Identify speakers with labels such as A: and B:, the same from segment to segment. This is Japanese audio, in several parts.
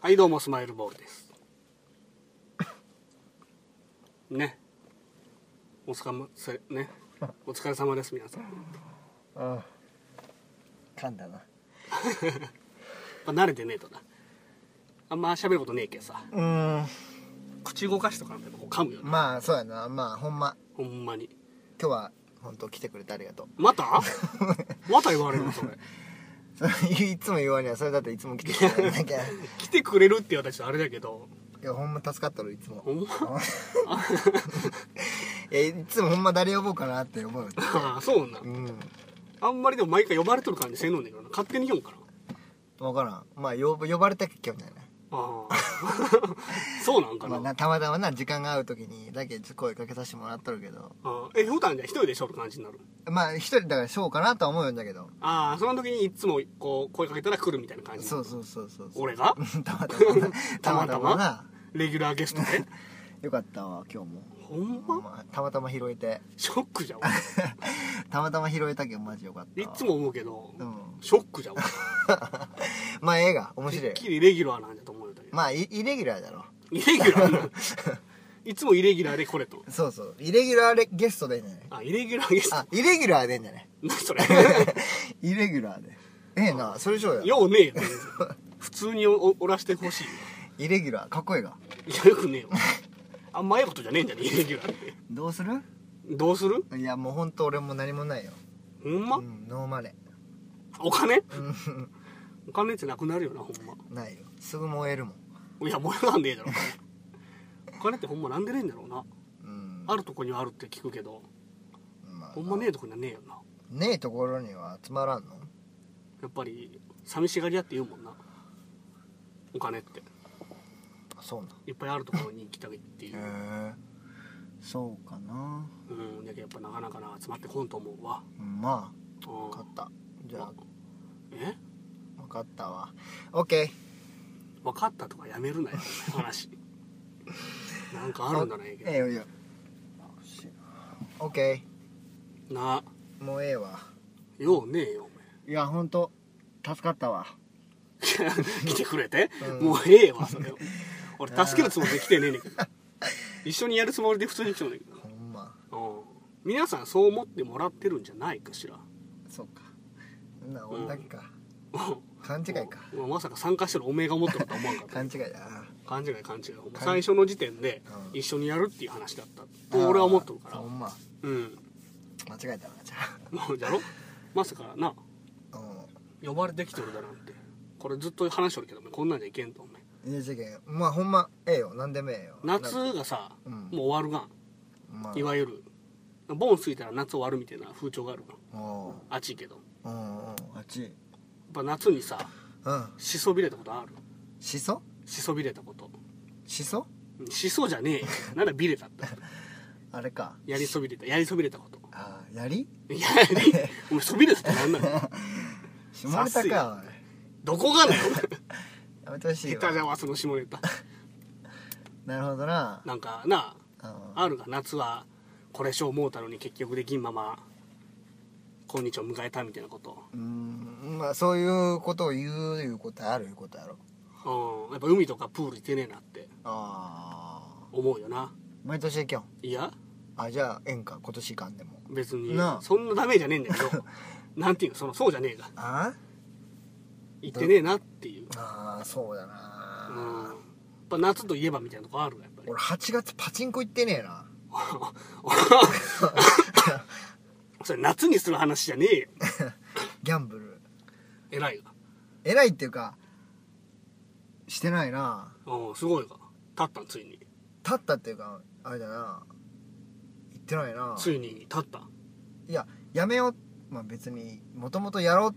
A: はいどうもスマイルボールですねお疲れもせねお疲れ様です皆さんやっ
B: ああ噛んだな
A: ぱ慣れてねえとなあんま喋ることねえけさ
B: うーん
A: 口動かしとかんでもこう噛むよな
B: まあそうやなまあほんま
A: ほんまに
B: 今日は本当来てくれてありがとう
A: またまた言われるのそれ
B: それいつも言われはそれだっていつも来てくれてありがとうだけ
A: 来てくれるって言われたらあれだけど
B: いやほんま助かったろいつも
A: ほんま
B: いやいつもほんま誰呼ぼうかなって思う
A: ああそうなん
B: うん
A: あんまりでも毎回呼ばれとる感じせんのねんけどな勝手に読むから
B: 分からんまあ呼ぶ呼ばれたっけ今日みたいな
A: あ あそうなんか
B: ま
A: な,、
B: あなたまたまな時間が合う時にだけ声かけさせてもらっとるけど
A: ああえ普段じゃ一人でしょる感じになる
B: まあ一人だからしょうかなとは思うんだけど
A: ああその時にいつもこう声かけたら来るみたいな感じ
B: そうそうそうそうそう
A: 俺が
B: たまたまなたまたま
A: た
B: な
A: レギュラーゲスト で
B: よかったわ今日も
A: ほんま
B: まあたまたま拾えて
A: ショックじゃん俺
B: たまたま拾えたけどマジよかった
A: いつも思うけど、
B: うん
A: ショックじゃん俺
B: まあ映画面白
A: て
B: い
A: っきりレギュラーなんだと思うんだけど
B: まあイイレギュラーだろ
A: イレギュラー ないつもイレギュラーでこれと
B: そうそうイレギュラーレゲストでいいんじゃない
A: あイレギュラーゲスト
B: あイレギュラーでいいんじゃない
A: 何それ
B: イレギュラーでええなそれしようよ
A: ようねえよ全然普通におおらしてほしいよ
B: イレギュラーかっこいいが
A: いやよくねえよあんまええことじゃねえんじゃねえイレギュラーって
B: どうする
A: どうする
B: いやもうほんと俺も何もないよ、
A: ほんま、
B: うん、ノーマネ
A: お金
B: うん
A: お金ってなくなるよなほんま
B: ないよすぐ燃えるもん
A: いや燃えなんねえだろお金お金ってほんまなんでねえんだろうな
B: うん
A: あるとこにはあるって聞くけど
B: まあ
A: ほんまねえとこにはねえよな
B: ねえところには集まらんの
A: やっぱり寂しがり屋って言うもんなお金って
B: あそうなん
A: いっぱいあるところに行きたいっていう、
B: へえそうかな
A: うんだけどやっぱなかなかな集まってこんと思うわ、
B: うんまあ分
A: う
B: か
A: ん、
B: ったじゃあ
A: え
B: 分かったわ OK
A: 分かったとかやめるなよ話なんかあるんだね
B: ええよいいよ OK
A: な
B: もうええわ
A: ようねえよお前
B: いやほんと助かったわ
A: 来てくれて、
B: うん
A: もうええわそれ を俺助けるつもりで来てねえねんけど一緒にやるつもりで普通に来てんねんけど
B: ほんま
A: うん皆さんそう思ってもらってるんじゃないかしら
B: そうかな俺だけか、
A: うん
B: 勘違いか
A: まあまさか参加してるおめえが思ってるとは思わんかった
B: 勘違いだな
A: 勘違い勘違いお前
B: 勘
A: 最初の時点で
B: うん
A: 一緒にやるっていう話だったと俺は思っとるか
B: あ
A: ら
B: ほんま
A: うん
B: 間違えたなじゃあ
A: もうじゃろまさかな
B: う
A: 呼ばれてきてるだなんてこれずっと話しとるけどお前こんなんじゃいけんとお前
B: んいや事件まあほんまええよ何でもええよ
A: 夏がさ、
B: うん
A: もう終わる
B: ま
A: が
B: あ
A: んいわゆるボン過ぎたら夏終わるみたいな風潮があるがん
B: おう
A: 暑いけどや
B: うんうんあっち
A: っぱ夏にさ
B: うん
A: しそびれたことある
B: しそ
A: しそびれたこと
B: しそ
A: うんしそうじゃねえよなんだビレたって
B: あれか
A: やりそびれたやりそびれたこと
B: あーやり
A: いや お前そびれたってなんなの
B: 下ネタ
A: さす
B: か
A: が
B: おい
A: どこがだよ
B: やめてほしい
A: 下手じゃ
B: わ
A: わその下ネタ
B: なるほどな
A: なんかな
B: うん
A: あるが夏はこれしょう思うたのに結局で銀ママ今日を迎えたみたいなこと
B: うんまあそういうことを言ういうことあるいうことやろ
A: うんやっぱ海とかプール行ってねえなって
B: ああ
A: 思うよな
B: 毎年行けん
A: いや
B: あじゃあ演歌今年行かんでも
A: 別に
B: なあ
A: そんなダメじゃねえんだけど なんていうのそのそうじゃねえが
B: あ
A: 行ってねえなっていう、
B: あーそうだ
A: うん、
B: な、
A: やっぱ夏といえばみたいなとこあるがやっぱり
B: 俺8月パチンコ行ってねえな
A: それ夏にする話じゃねえよ
B: ギャンブル
A: 偉いが
B: 偉いっていうかしてないな
A: うんすごいが立ったんついに
B: 立ったっていうかあれだな行ってないな
A: ついに立った
B: いややめようまあ別にもともとやろう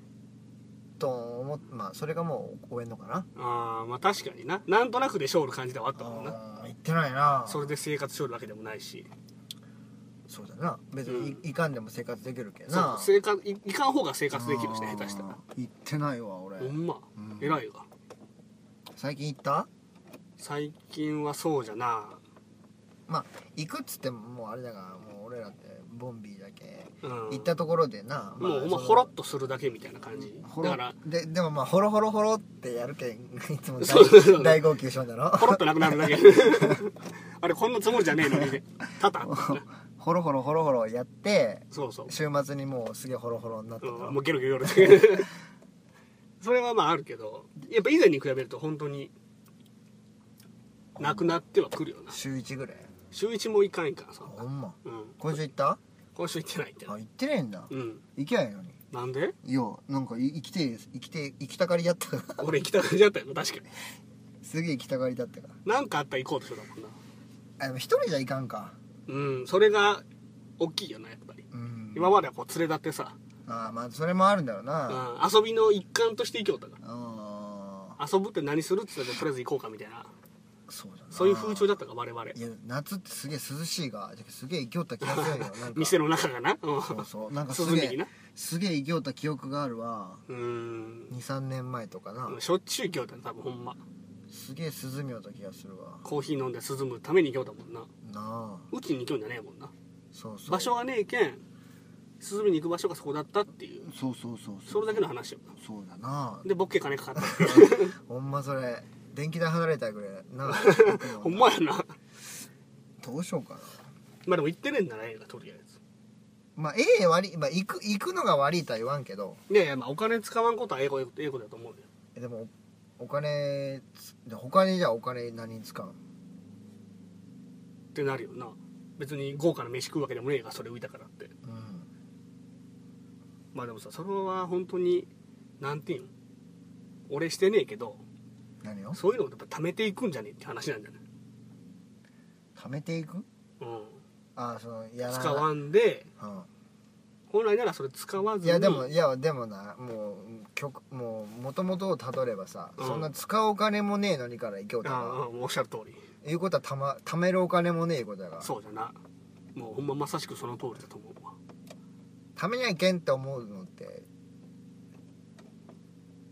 B: と思っまあそれがもう終えんのかな
A: あーまあ確かにななんとなくで勝負感じではあったもんな
B: あー行ってないな
A: それで生活しとるわけでもないし
B: そうだな別にい,、
A: う
B: かんでも生活できるけど
A: そう
B: な
A: 生活いいかん方が生活できるしね下手したら
B: あー行ってないわ俺、
A: ほんま
B: うん
A: 偉いが
B: 最近行った
A: 最近はそうじゃな
B: まあ行くっつってももうあれだからもう俺らってボンビーだけ
A: うん、
B: 行ったところでな、
A: もうお前
B: その
A: ほろっとするだけみたいな感じ
B: ほ
A: だ
B: ろ
A: から
B: ででもまあホロホロホロってやるけんいつも
A: そうそうそう
B: 大大号泣しようんだろ
A: ほろ っとなくなるだけあれこんなつもりじゃねえのにねただ
B: ホロホロホロホロやって
A: そうそう、
B: 週末にもうすげえホロホロになった
A: うん
B: か
A: もうゲロゲロゲロって それはまああるけどやっぱ以前に比べると本当になくなってはくるよな
B: 週1ぐらい
A: 週一もいかんいかんさ、
B: ほんま
A: うん、
B: 今週行ったあ
A: 今週行ってないって
B: 行ってねえんだ
A: うん
B: 行けないのに
A: なんで
B: いやなんかい行きてえです行きてえ行きたがりだった から
A: 俺行きたくなっちゃったよな確かに
B: すげえ行きたがりだったから
A: なんかあったら行こうとしてたもんな
B: あでも一人じゃいかんか
A: うんそれが大きいよなやっぱり
B: うん
A: 今まではこう連れ立ってさ、
B: ああまあそれもあるんだろう
A: う、
B: なん
A: 遊びの一環として行きよったか
B: ああ
A: ら遊ぶって何するっつったらとりあえず行こうかみたいな
B: そうだな
A: そういう風潮だったか我々
B: いや夏ってすげえ涼しいがてかすげえ行きよった気がす るよなんか
A: 店の中がなうん
B: そうそうなんかす
A: 涼
B: げ
A: みに
B: え
A: な
B: すげえ行きよった記憶があるわ
A: うーん
B: 23年前とかな
A: しょっちゅう行きよったな多分ほんます
B: げえ涼みよった気がするわ
A: コーヒー飲んで涼むために行きよったもんな
B: なあ
A: うちに行きよんじゃねえもんな
B: そうそう
A: 場所がねえけん涼みに行く場所がそこだったっていう
B: そうそうそう
A: それだけの話よな
B: そうだな
A: でボッケ金かかったっていう
B: ほんまそれ電気代離れたぐらいな
A: ほんまやな
B: どうしようかな
A: まあでも行ってねえんなら映画とりあえず
B: まあ A 悪い、まあ、行く行くのが悪いとは言わんけど
A: いやいやまあお金使わんことは英語英語だと思うよ
B: えでもおお金つで他にじゃあお金何に使う
A: ってなるよな別に豪華な飯食うわけでもねえがそれ浮いたからって
B: うん
A: まあでもさそれは本当になんていうん俺してねえけど
B: 何を
A: そういうのをやっぱ貯めていくんじゃねえって話なんじゃない
B: 貯めていく
A: う
B: ああそのや
A: ん
B: ら
A: 使
B: ん、
A: わんで
B: うん
A: 本来ならそれ使わず
B: い
A: に
B: やでもいやでもなもう曲もう元々をたどればさ、
A: うん
B: そんな使うお金もねえのにから行けようと
A: ああ
B: か
A: おっしゃる通り
B: いうことはた、ま、貯めるお金もねえことだから
A: そうじゃなもうほんままさしくその通りだと思うわ
B: 貯めにゃいけんって思うのって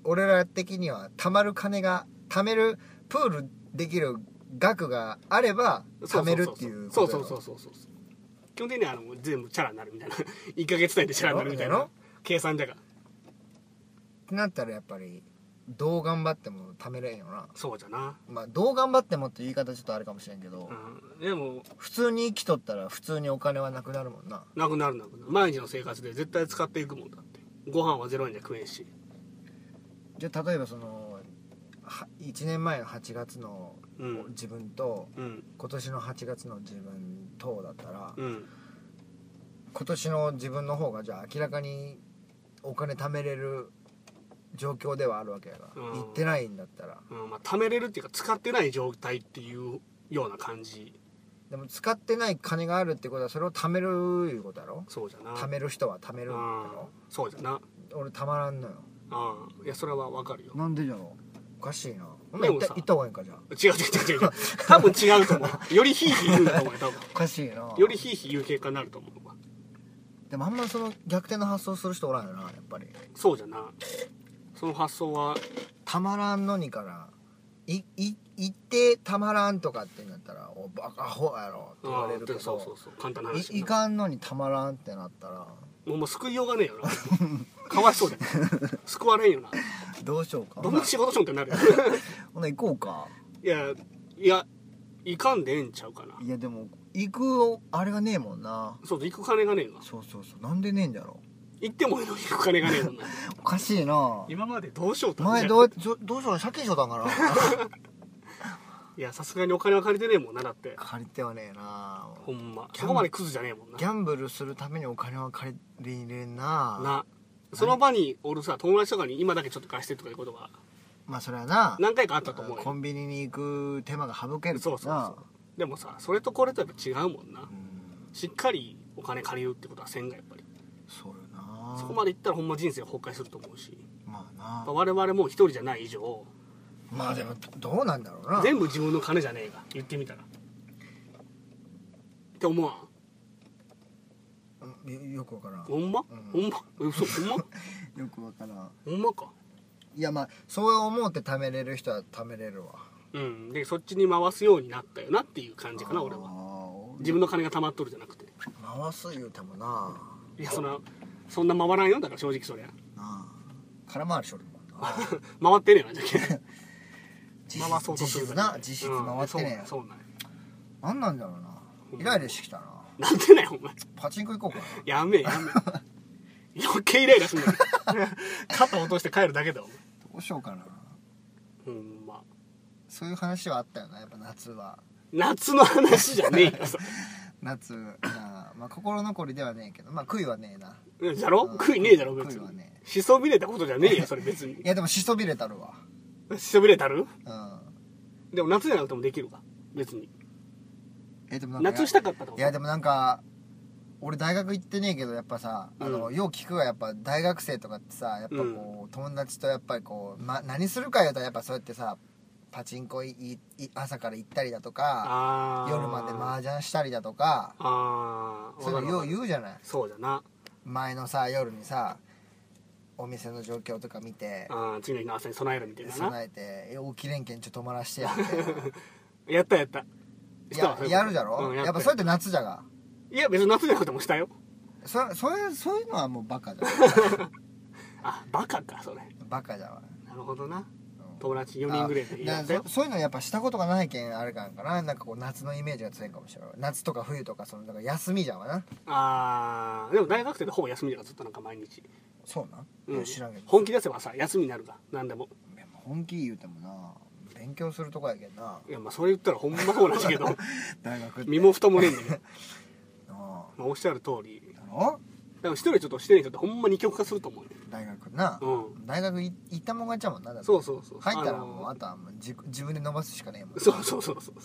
B: 俺ら的には貯まる金が貯めるプールできる額があれば貯めるっていうこ
A: そう
B: と
A: そうそうそうそうそうそう基本的にはあの全部チャラになるみたいな1ヶ月単位でチャラになるみたい
B: や
A: な
B: ろ
A: 計算じゃが
B: ってなったらやっぱりどう頑張っても貯めれんよな
A: そうじゃな
B: まあどう頑張ってもって言い方ちょっとあれかもしれんけど、
A: うんでも
B: 普通に生きとったら普通にお金はなくなるもんな
A: なくなるなくなる毎日の生活で絶対使っていくもんだってご飯は0円じゃ食えんし
B: じゃあ例えばそのは1年前の8月の
A: うん
B: 自分と、
A: うん
B: 今年の8月の自分とだったら、
A: うん
B: 今年の自分の方がじゃあ明らかにお金貯めれる状況ではあるわけやが、
A: うん
B: 行ってないんだったら
A: うんまあ、貯めれるっていうか使ってない状態っていうような感じ
B: でも使ってない金があるってことはそれを貯めるいうことやろ
A: そうじゃな
B: 貯める人は貯める
A: う
B: や
A: ん
B: ろ
A: そうじゃな
B: 俺たまらんのよ
A: うんいやそれはわかるよ
B: なんでじゃろうおかしいなほんな
A: で
B: 行っ
A: も
B: た
A: さ
B: 行った方がいいんかじゃあ
A: 違う違う違う違う多分違うと思うよりヒーヒー言うんだと思うよ多分
B: おかしいな
A: よりヒーヒー言う結果になると思うわ
B: でもあんまその逆転の発想する人おらんよなやっぱり
A: そうじゃなその発想は
B: たまらんのにからいい行ってたまらんとかってなったら「おバカホやろ」って言われるけ
A: うんそうそ
B: ど
A: うそう簡単ない話
B: 行かんのにたまらんってなったら
A: もうもう救いようがねえよなかわいそうだよ救われんよな
B: どうしようか
A: どんな仕事しようってなるよ
B: ほな行こうか
A: いやいやいかんでええんちゃうかない
B: やでも行くあれがねえもんな
A: そう行く金がねえな
B: そうそうそうなんでねえんだろ
A: 行ってもええのに行く金がねえもんな
B: うおかしい な
A: 今までどうしようと
B: 前どうちょどうしよう借金しようたんかな
A: いやさすがにお金は借りてねえもんなだって
B: 借りてはねえな
A: ほんまそこまでクズじゃねえもんな
B: ギャンブルするためにお金は借りれんな
A: なその場におるさ友達とかに今だけちょっと貸してとかいうことが
B: まあそれはな
A: 何回かあったと思う
B: コ
A: よ
B: ンビニに行く手間が省ける
A: そうそう
B: な
A: そうでもさそれとこれとやっぱ違うもんな
B: うん
A: しっかりお金借りるってことはせんがやっぱり
B: そうよな
A: そこまでいったらほんま人生崩壊すると思うし
B: ま
A: や
B: あ
A: っぱ
B: な
A: 我々もう一人じゃない以上
B: まあでもどうなんだろ うな
A: 全部自分の金じゃねえか言ってみたらって思わん
B: うんよよくわからん
A: ほんま、
B: うん
A: ほんま嘘ほん ま
B: よくわからん
A: ほんまか
B: いやまあそう思うて貯めれる人は貯めれるわ
A: うんでそっちに回すようになったよなっていう感じかな俺は
B: あー
A: 自分の金が貯まっとるじゃなくて
B: 回す言うてもなあ
A: いやそんなそんな回らんよだから正直そりゃ
B: なあ空回りしとるもんな
A: 回ってねえなじゃけ
B: 実質実質な実質回ってねえ
A: う
B: や
A: ん、そうそうなんや
B: なんなんだろうなイライラしてきたな
A: なんでねお前
B: パチンコ行こうかな
A: やめえや めえ余計イライラすんだよ肩落として帰るだけだよ
B: どうしようかな
A: ほんま
B: そういう話はあったよなやっぱ夏は
A: 夏の話じゃねえよそ
B: 夏なあまあ心残りではねえけどまあ悔いはねえな
A: れじゃろ
B: うん
A: 食いねえじゃろ別
B: 悔いは
A: に
B: ね
A: しそびれたことじゃねえよそれ別に
B: いやでもしそびれたるわ
A: しそびれたる
B: うん
A: でも夏じゃなくてもできるか別に
B: えでもなんか
A: 夏したかったってこ
B: い
A: と
B: やでもなんか俺大学行ってねえけどやっぱさ、あの
A: うん
B: よう聞くわやっぱ大学生とかってさやっぱこう、友達とやっぱりこう、ま、何するか言うとやっぱそうやってさパチンコいいい朝から行ったりだとか
A: あー
B: 夜まで麻雀したりだとか
A: ああ
B: そういうのよう言うじゃない
A: そうじゃな
B: 前のさ夜にさお店の状況とか見て
A: あー次の日の朝に備えるみたいなな
B: 備えてえ「沖連携ちょっと泊まらしてや」 みたいな
A: やったやったし
B: い
A: たわ
B: や
A: そういうこと
B: やるじゃろ、
A: うんや
B: やっ
A: っ
B: ぱ
A: ぱ
B: そうやって夏じゃが
A: いや別に夏じゃなくてもしたよ
B: そそういうそういうのはもうバカじゃ
A: あバカかそれ
B: んバカじゃわ
A: なるほどな
B: うん
A: 友達4人ぐらいでや
B: あ
A: ったよ
B: そそういうのやっぱしたことがないけんあれかんかななんかこう夏のイメージが強いかもしれない夏とか冬とかそのだから休みじゃんわな
A: あーでも大学生でほぼ休みだからずっとなんか毎日、
B: そうなん、
A: うん、
B: 知らんけど
A: 本気出せばさ休みになるか何でも
B: いや本気言うてもな勉強するとこやけんない
A: やまあそれ言ったらほんまそうなんだけど
B: 大学って
A: 身も蓋もねえんだけど、
B: あ
A: まあ、おっしゃる通り
B: あだろ
A: でも一人ちょっとしてない人ってほんま二極化すると思うよ
B: 大学な、
A: う
B: 大学い行ったもんがちゃもんなだって
A: そうそうそう
B: 入ったら
A: あ
B: もう
A: の
B: あとはもう自自分で伸ばすしかねえもん
A: そうそうそうそう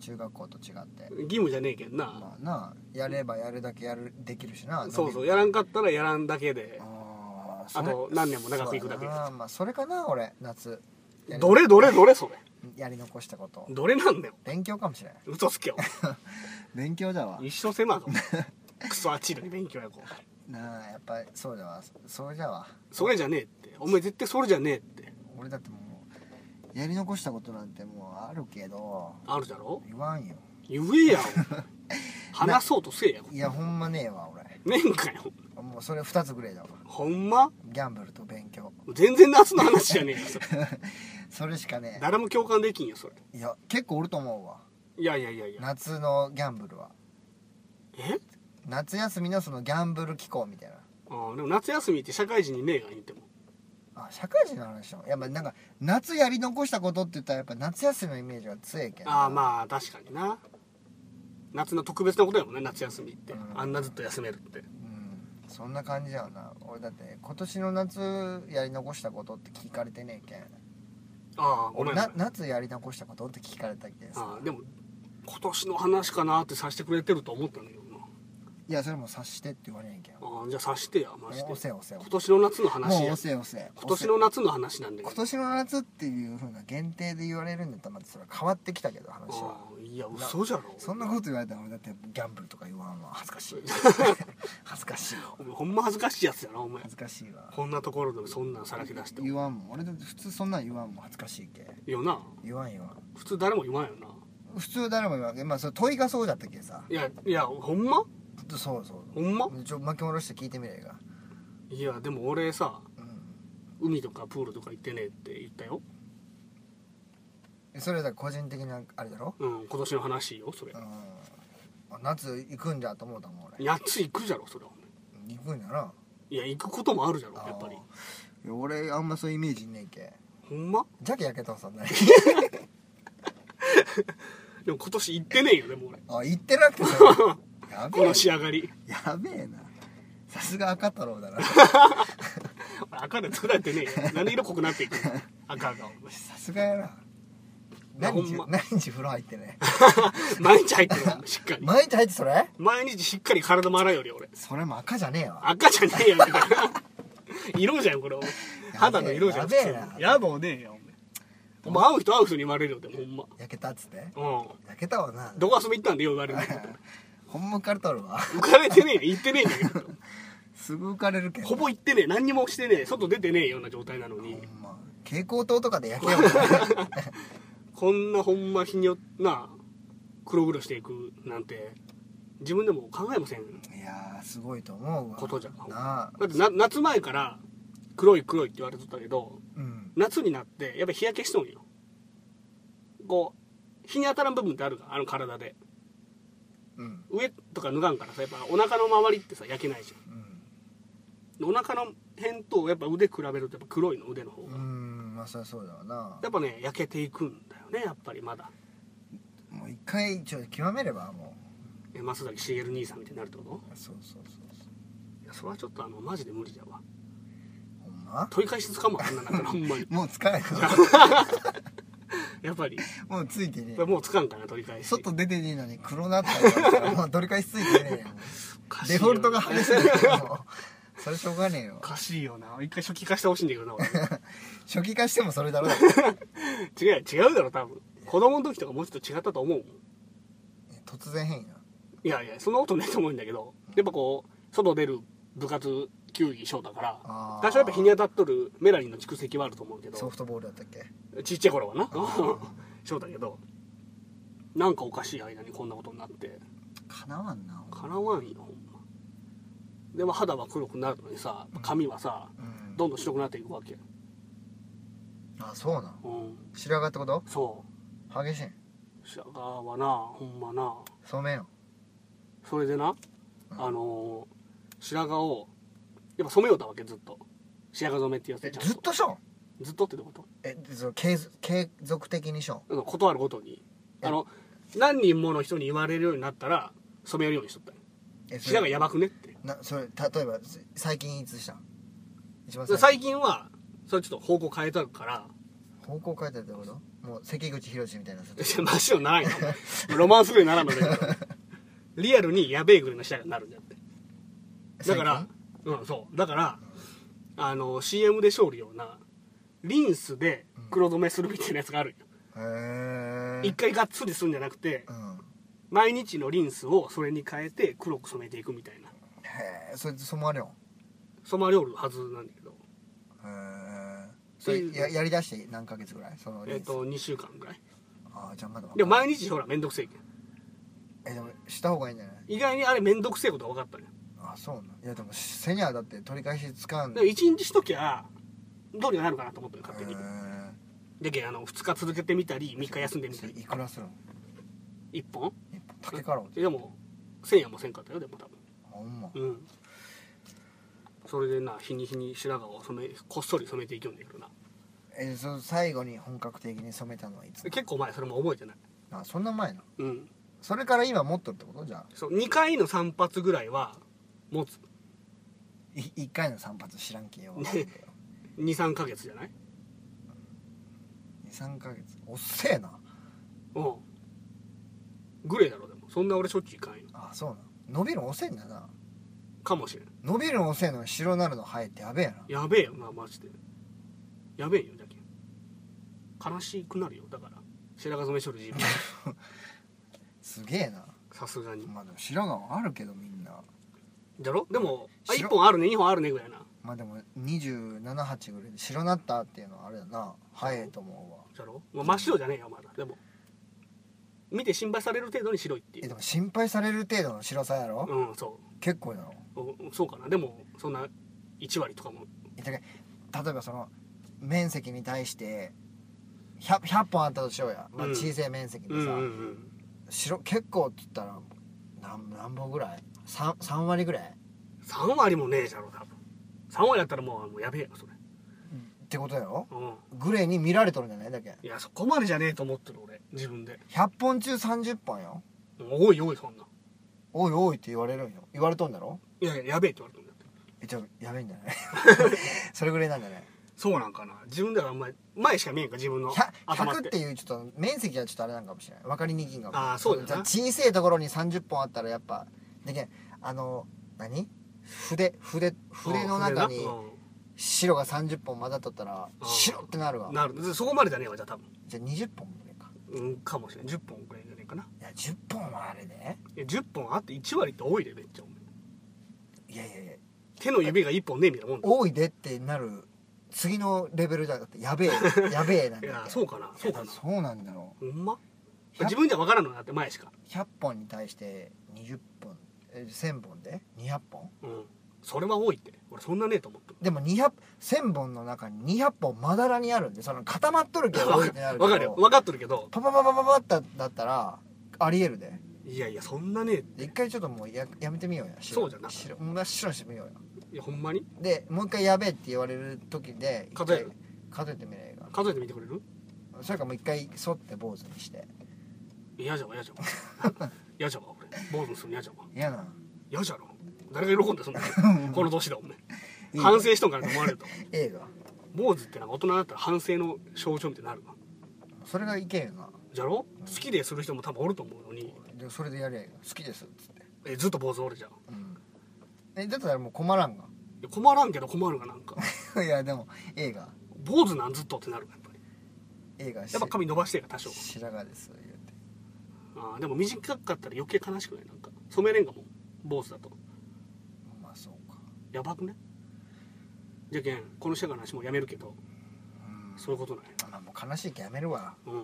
B: 中学校と違って
A: 義務じゃねえけどな、
B: まあなやればやるだけやるできるし
A: そ
B: な
A: うそう
B: 伸びる
A: やらんかったらやらんだけで
B: あ
A: あと何年も長く
B: い
A: 行くだけ
B: まあそれかな俺夏やり
A: どれどれどれそれ
B: やり残したこと
A: どれなんだよ
B: 勉強かもしれん
A: 嘘つけ よ
B: 勉強だわ
A: 一生狭いぞクソあっちのに勉強やこう
B: なあやっぱりそうだわそそれじゃわ
A: それじゃねえってお前絶対それじゃねえって
B: 俺だってもうやり残したことなんてもうあるけど
A: あるだろ
B: 言わんよ
A: 言えや お話そうとせえや
B: いやほんまねえわ
A: ねえんかよ
B: 俺もうそれ2つぐらいだわ
A: ほんま
B: ギャンブルと勉強
A: 全然夏の話じゃねえよそれ
B: それしかね
A: 誰も共感できんよそれ
B: えいや結構おると思うわ
A: いやいやいやいや
B: 夏のギャンブルは
A: え
B: 夏休みのそのギャンブル機構みたいな
A: あーでも夏休みって社会人にねえが言っても
B: あ社会人の話だもんやっぱなんか夏やり残したことって言ったらやっぱ夏休みのイメージが強いけど
A: ああまあ確かにな夏の特別なことやもんね夏休みって
B: うん
A: あんなずっと休めるって
B: うんそんな感じだよな俺だって今年の夏やり残したことって聞かれてねえけん
A: ああごめ
B: 俺
A: んごめ
B: なん夏やり残したことって聞かれたけん
A: あ
B: さ
A: あでも今年の話かなってさしてくれてると思ったんだけどない
B: やそれも察してって言われへんけんも
A: ああじゃあさしてやマジ
B: う
A: で
B: 押せ押せ
A: 今
B: 押
A: 年の夏の
B: せ
A: 話
B: もう
A: や
B: 押せ押せ
A: 今年
B: 押
A: の夏の話なんだけ
B: せ今
A: ど
B: 年の夏っていうふうな限定で言われるんだったらまたそれは変わってきたけど話は
A: ああいや嘘じゃろ
B: そんなこと言われたら俺だってギャンブルとか言わんわ恥ず かしい恥ずかしいわ
A: お前ほんま恥ずかしいやつやなお前
B: 恥ずかしいわ
A: こんなところでそんなんさらけ出して
B: 言わんもん俺だって普通そんなん言わんもん恥ずかしいけ
A: よな
B: 言わん言わん
A: 普通誰も言わんよな
B: 普通誰も言わんけどまあそれ問いがそうだったけどさ
A: いやいやほんま
B: そうそう
A: ほんま
B: ちょ巻き戻して聞いてみればいいが
A: いやでも俺さ
B: うん
A: 海とかプールとか行ってねえって言ったよ
B: それはだから個人的なあれだろ
A: うん今年の話よそれ
B: うんあ夏行くんじゃと思うたもん俺
A: 夏行くじゃろそれは
B: 行くんやない
A: や行くこともあるじゃろやっぱり
B: あーいや俺あんまそういうイメージねえけ
A: ほんま
B: じゃけやけとさ んな
A: でも今年行ってねえよでも俺
B: あ行ってなくてさ やべ
A: こ
B: え
A: の
B: な
A: 仕上がり
B: やべえなさすが赤太郎だな
A: 赤で作られてねえよなんで色濃くなっていく の赤がお前
B: さすがやな
A: や
B: 何日、
A: ほんま
B: 何日風呂入ってね
A: 毎日入ってるよしっかり
B: 毎日入ってそれ
A: 毎日しっかり体も洗うより俺
B: それも赤じゃねえわ
A: 赤じゃねえよだから 色じゃんこれお前肌の色じゃん
B: やべえな
A: 普通にやぼねえよお前お前会う人会う人に言われるよでもほんま
B: 焼けたっつって
A: う
B: 焼けたわなん
A: どこ遊び行ったんでよう言われる
B: ほんま浮かれとるわ
A: 浮かれてねえよ行ってねえんだけど
B: すぐ浮かれるけど
A: ほぼ行ってねえ何にもしてねえ外出てねえような状態なのに
B: ほんま 蛍光灯とかで焼けよう
A: こんなほんま日によなあ黒々していくなんて自分でも考えません
B: いやーすごいと思うわ
A: ことじゃん
B: なあ
A: だってな夏前から黒い黒いって言われてたけど
B: うん
A: 夏になってやっぱり日焼けしとんよこう日に当たらん部分ってあるからあの体で
B: うん
A: 上とか脱がんからさやっぱお腹の周りってさ焼けないじゃ
B: う
A: ん
B: ん
A: お腹の辺とやっぱ腕比べるとやっぱ黒いの腕の方
B: う
A: が、
B: んまあそりゃそうだわな
A: やっぱね焼けていくんだよねやっぱりまだ
B: もう一回ちょっと極めればも
A: え増崎茂兄さんみたいになるってこと
B: うそうそうそうそう
A: いやそれはちょっとあのマジで無理だわ
B: ほんま
A: 取り返しつかんわあんな 中でほんまに
B: もうつかないから
A: やっぱり
B: もうついてねえ
A: もうつかんかな取り返し
B: 外出てねえのに黒なったらもう取り返しついてねえよ
A: おかしい
B: デ
A: よ
B: フォルトが激しいんだよもうそれしょうがねえよ
A: おかしいよな一回初期化してほしいんだけどな俺
B: 初期化してもそれだろ う
A: 違う違うだろ多分子供の時とかもうちょっと違ったと思うもん
B: 突然変異ない
A: やいやそんなことないと思うんだけどやっぱこう外出る部活球技ショーだから
B: あー
A: 多少やっぱ日に当たっとるメラニンの蓄積はあると思うけど
B: ソフトボールだったっけ
A: ちっちゃい頃はな そうだけどなんかおかしい間にこんなことになって
B: かなわんな
A: かなわんよほんまでも肌は黒くなるのにさ髪はさ
B: うん
A: どんどん白くなっていくわけ
B: あそうなの
A: うん
B: 白髪ってこと
A: そ
B: 激しいん
A: う白髪はなほんまな
B: そうめんよ
A: それでなあのー白髪をやっぱ染めようたわけずっと白髪染めってやつ
B: え
A: でちゃん
B: ずっとしょん
A: ずっとってどういうこと
B: えその継続継続的にしょん
A: あの断るごとにあの何人もの人に言われるようになったら染めるようにしとったんよ
B: えそれ
A: 白髪やばくねって
B: なそれ例えばす最近いつしたん一番
A: 最近はそれちょっと方向変えたから
B: 方向変えたってこともう関口宏みたい なさ
A: 真っ白にならんよロマンスぐらいならんのだけどリアルにやべえぐらいの白髪になるんだってだから
B: 最近
A: うんそうだからあの CM で勝利ようなリンスで黒染めするみたいなやつがあるんよ
B: へえ
A: 一回がっつりするんじゃなくて
B: うん
A: 毎日のリンスをそれに変えて黒く染めていくみたいな
B: へえそれで染まるよ
A: 染まりおるはずなんだけど
B: へえそれややりだして何ヶ月ぐらいそのリ
A: えっ
B: ンス、
A: と2週間ぐらい
B: ああじゃあまだわかん
A: でも
B: ない
A: 毎日ほらめんどくせえけん
B: えでもした方がいいんじゃない
A: 意外にあれめんどくせえことが分かったね
B: あそうなんいやでもセニアだって取り返しつかん
A: でも1日しときゃどうにかなるかなと思ってる勝手に
B: へ
A: でけんあの2日続けてみたり3日休んで
B: え
A: み
B: そ
A: た
B: れ
A: り
B: いくらするの
A: 1本
B: 一本竹から
A: でも1000円もせんかったよでも多分
B: ほんま
A: うんそれでな日に日に白髪を染めこっそり染めていくんだけどな
B: えその最後に本格的に染めたのはいつ
A: 結構前それも覚えてない
B: あそんな前なの
A: うん
B: それから今持っとるってことじゃあ
A: そう2回の散髪ぐらいは持つ
B: い一回の散髪知らんけよ23
A: 23ヶ月じゃない
B: ヶ月おっせえな
A: うんグレーだろでもそんな俺しょっちゅういかんよ
B: あそうなん伸びるの遅えんだな
A: かもしれん
B: 伸びるの遅えのに白なるの生えてやべえな
A: やべえよなマジでやべえよだけん悲しくなるよだから白髪染めしとる 自分
B: すげえな
A: さすがに
B: まあでも白髪はあるけどみんな
A: だろでもあ
B: 白
A: 1本あるね2本あるねぐらいな
B: まあでも278ぐらいで白なったっていうのはあれだな早いと思うわ
A: だろ、まあ、真っ白じゃねえよまだでも見て心配される程度に白いってい
B: え
A: う
B: でも心配される程度の白さやろ、
A: うんそ
B: 結構やろ
A: うおそうかなでもそんな1割とかも
B: えだけど例えばその面積に対して 100, 100本あったとしようや、まあ、
A: うん
B: 小さい面積
A: うん
B: で
A: うん
B: さ、
A: うん
B: 白結構っつったら何何本ぐらい 3, 三割ぐらい
A: 3割もねえじゃろ多分3割だったらもうもうやべえよそれ
B: ってことやろ
A: うん
B: グレーに見られとるんじゃないだけ
A: いやそこまでじゃねえと思ってる俺自分で
B: 100本中30本よ
A: おいおいそんな
B: おいおいって言われるんよ言われとんだろ
A: いやいややべえって言われてるんだって
B: えじゃあやべえんじゃない それぐらいなんじゃない
A: そうなんかな自分ではあんまり前しか見えんか自分の
B: 100,
A: 頭って
B: っていうちょっと面積はちょっとあれなんかもしれない分かりにくいんかもしれない
A: あーそうだな
B: じゃ小さいところに30本あったらやっぱでけんあの何筆筆筆の中に
A: うん
B: 白が30本混ざっとったら
A: うん
B: 白ってなるわ
A: なるそこまでじゃねえわじゃあ多分
B: じゃあ20本ぐらいか
A: うんかもしれん10本ぐらいじゃねえかない
B: や10本はあれで
A: いや10本あって1割って多いでめっちゃお前
B: いやいやいや
A: 手の指が1本ねえみたいなもんだ
B: 多いでってなる 次のレベルじゃなくてやべえやべえなんだ
A: い
B: よ
A: やそうかなそうかな
B: そうなんだろ
A: ほんま
B: う
A: 自分じゃ分からんのだって前しか、
B: 100本に対して20本え1000本で200本
A: うん、それは多いって俺そんなねえと思って
B: でも200 1000本の中に200本まだらにあるんでその固まっとるけど多いってなるけど
A: 分かるよ分かっとるけど
B: パパパパパパってだったらありえるで
A: いやいやそんなねえっ
B: 一回ちょっともうややめてみようや
A: そうじゃな
B: 白真っ白にしてみようよ
A: ていやほんまに
B: でもう一回やべえって言われる時で一回
A: 数える
B: 数えてみればいいか
A: 数えてみてくれる
B: それかもう一回剃って坊主にして
A: 嫌じゃわ嫌じゃわ 嫌じゃわ俺坊主にするの嫌じゃわ
B: 嫌な
A: 嫌じゃろ誰が喜んでそんなのこの年だお前
B: いいね
A: 反省しとんかなと思われると
B: 映画
A: 坊主ってなんか大人だったら反省の象徴みたいになるな
B: それがいけんよな
A: じゃろ好きでする人も多分おると思うのに
B: でそれでやりゃいいよ好きですっつって
A: えずっと坊主おるじゃんい
B: うんえだったらもう困らん
A: や困らんけど困るがなんか
B: がいやでも映画
A: 坊主なんずっとってなるやっぱり
B: 映画し
A: やっぱ髪伸ばしてるから多少
B: 白髪です言うて
A: あーでも短かったら余計悲しくないなんか染めれんがもん坊主だと
B: まあそうか
A: やばくねじゃけんこの社会の話もうやめるけど
B: うん
A: そういうことない
B: まあもう悲しいけどやめるわ
A: うん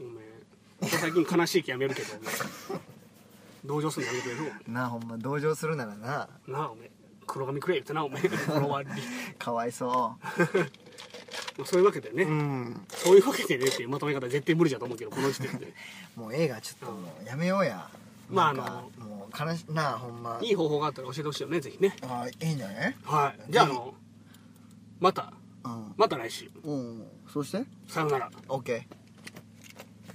A: おめえここ最近悲しい気やめるけどおめえ同情するのやめてくれる
B: なあほんま同情するならな
A: なあおめえ黒髪くれ言ってなおめえこの終わり
B: かわいそ
A: まあそういうわけでね、
B: ううん
A: そういうわけでねっていうまとめ方絶対無理だと思うけどこの時点で
B: もう映画ちょっともうやめようや
A: まあ
B: なんか
A: あ
B: もう悲しなあほんま
A: いい方法があったら教えてほしいよねぜひね
B: あいいんじゃない
A: はいじゃああのまた
B: うん
A: また来週
B: うんそして
A: さようなら
B: OK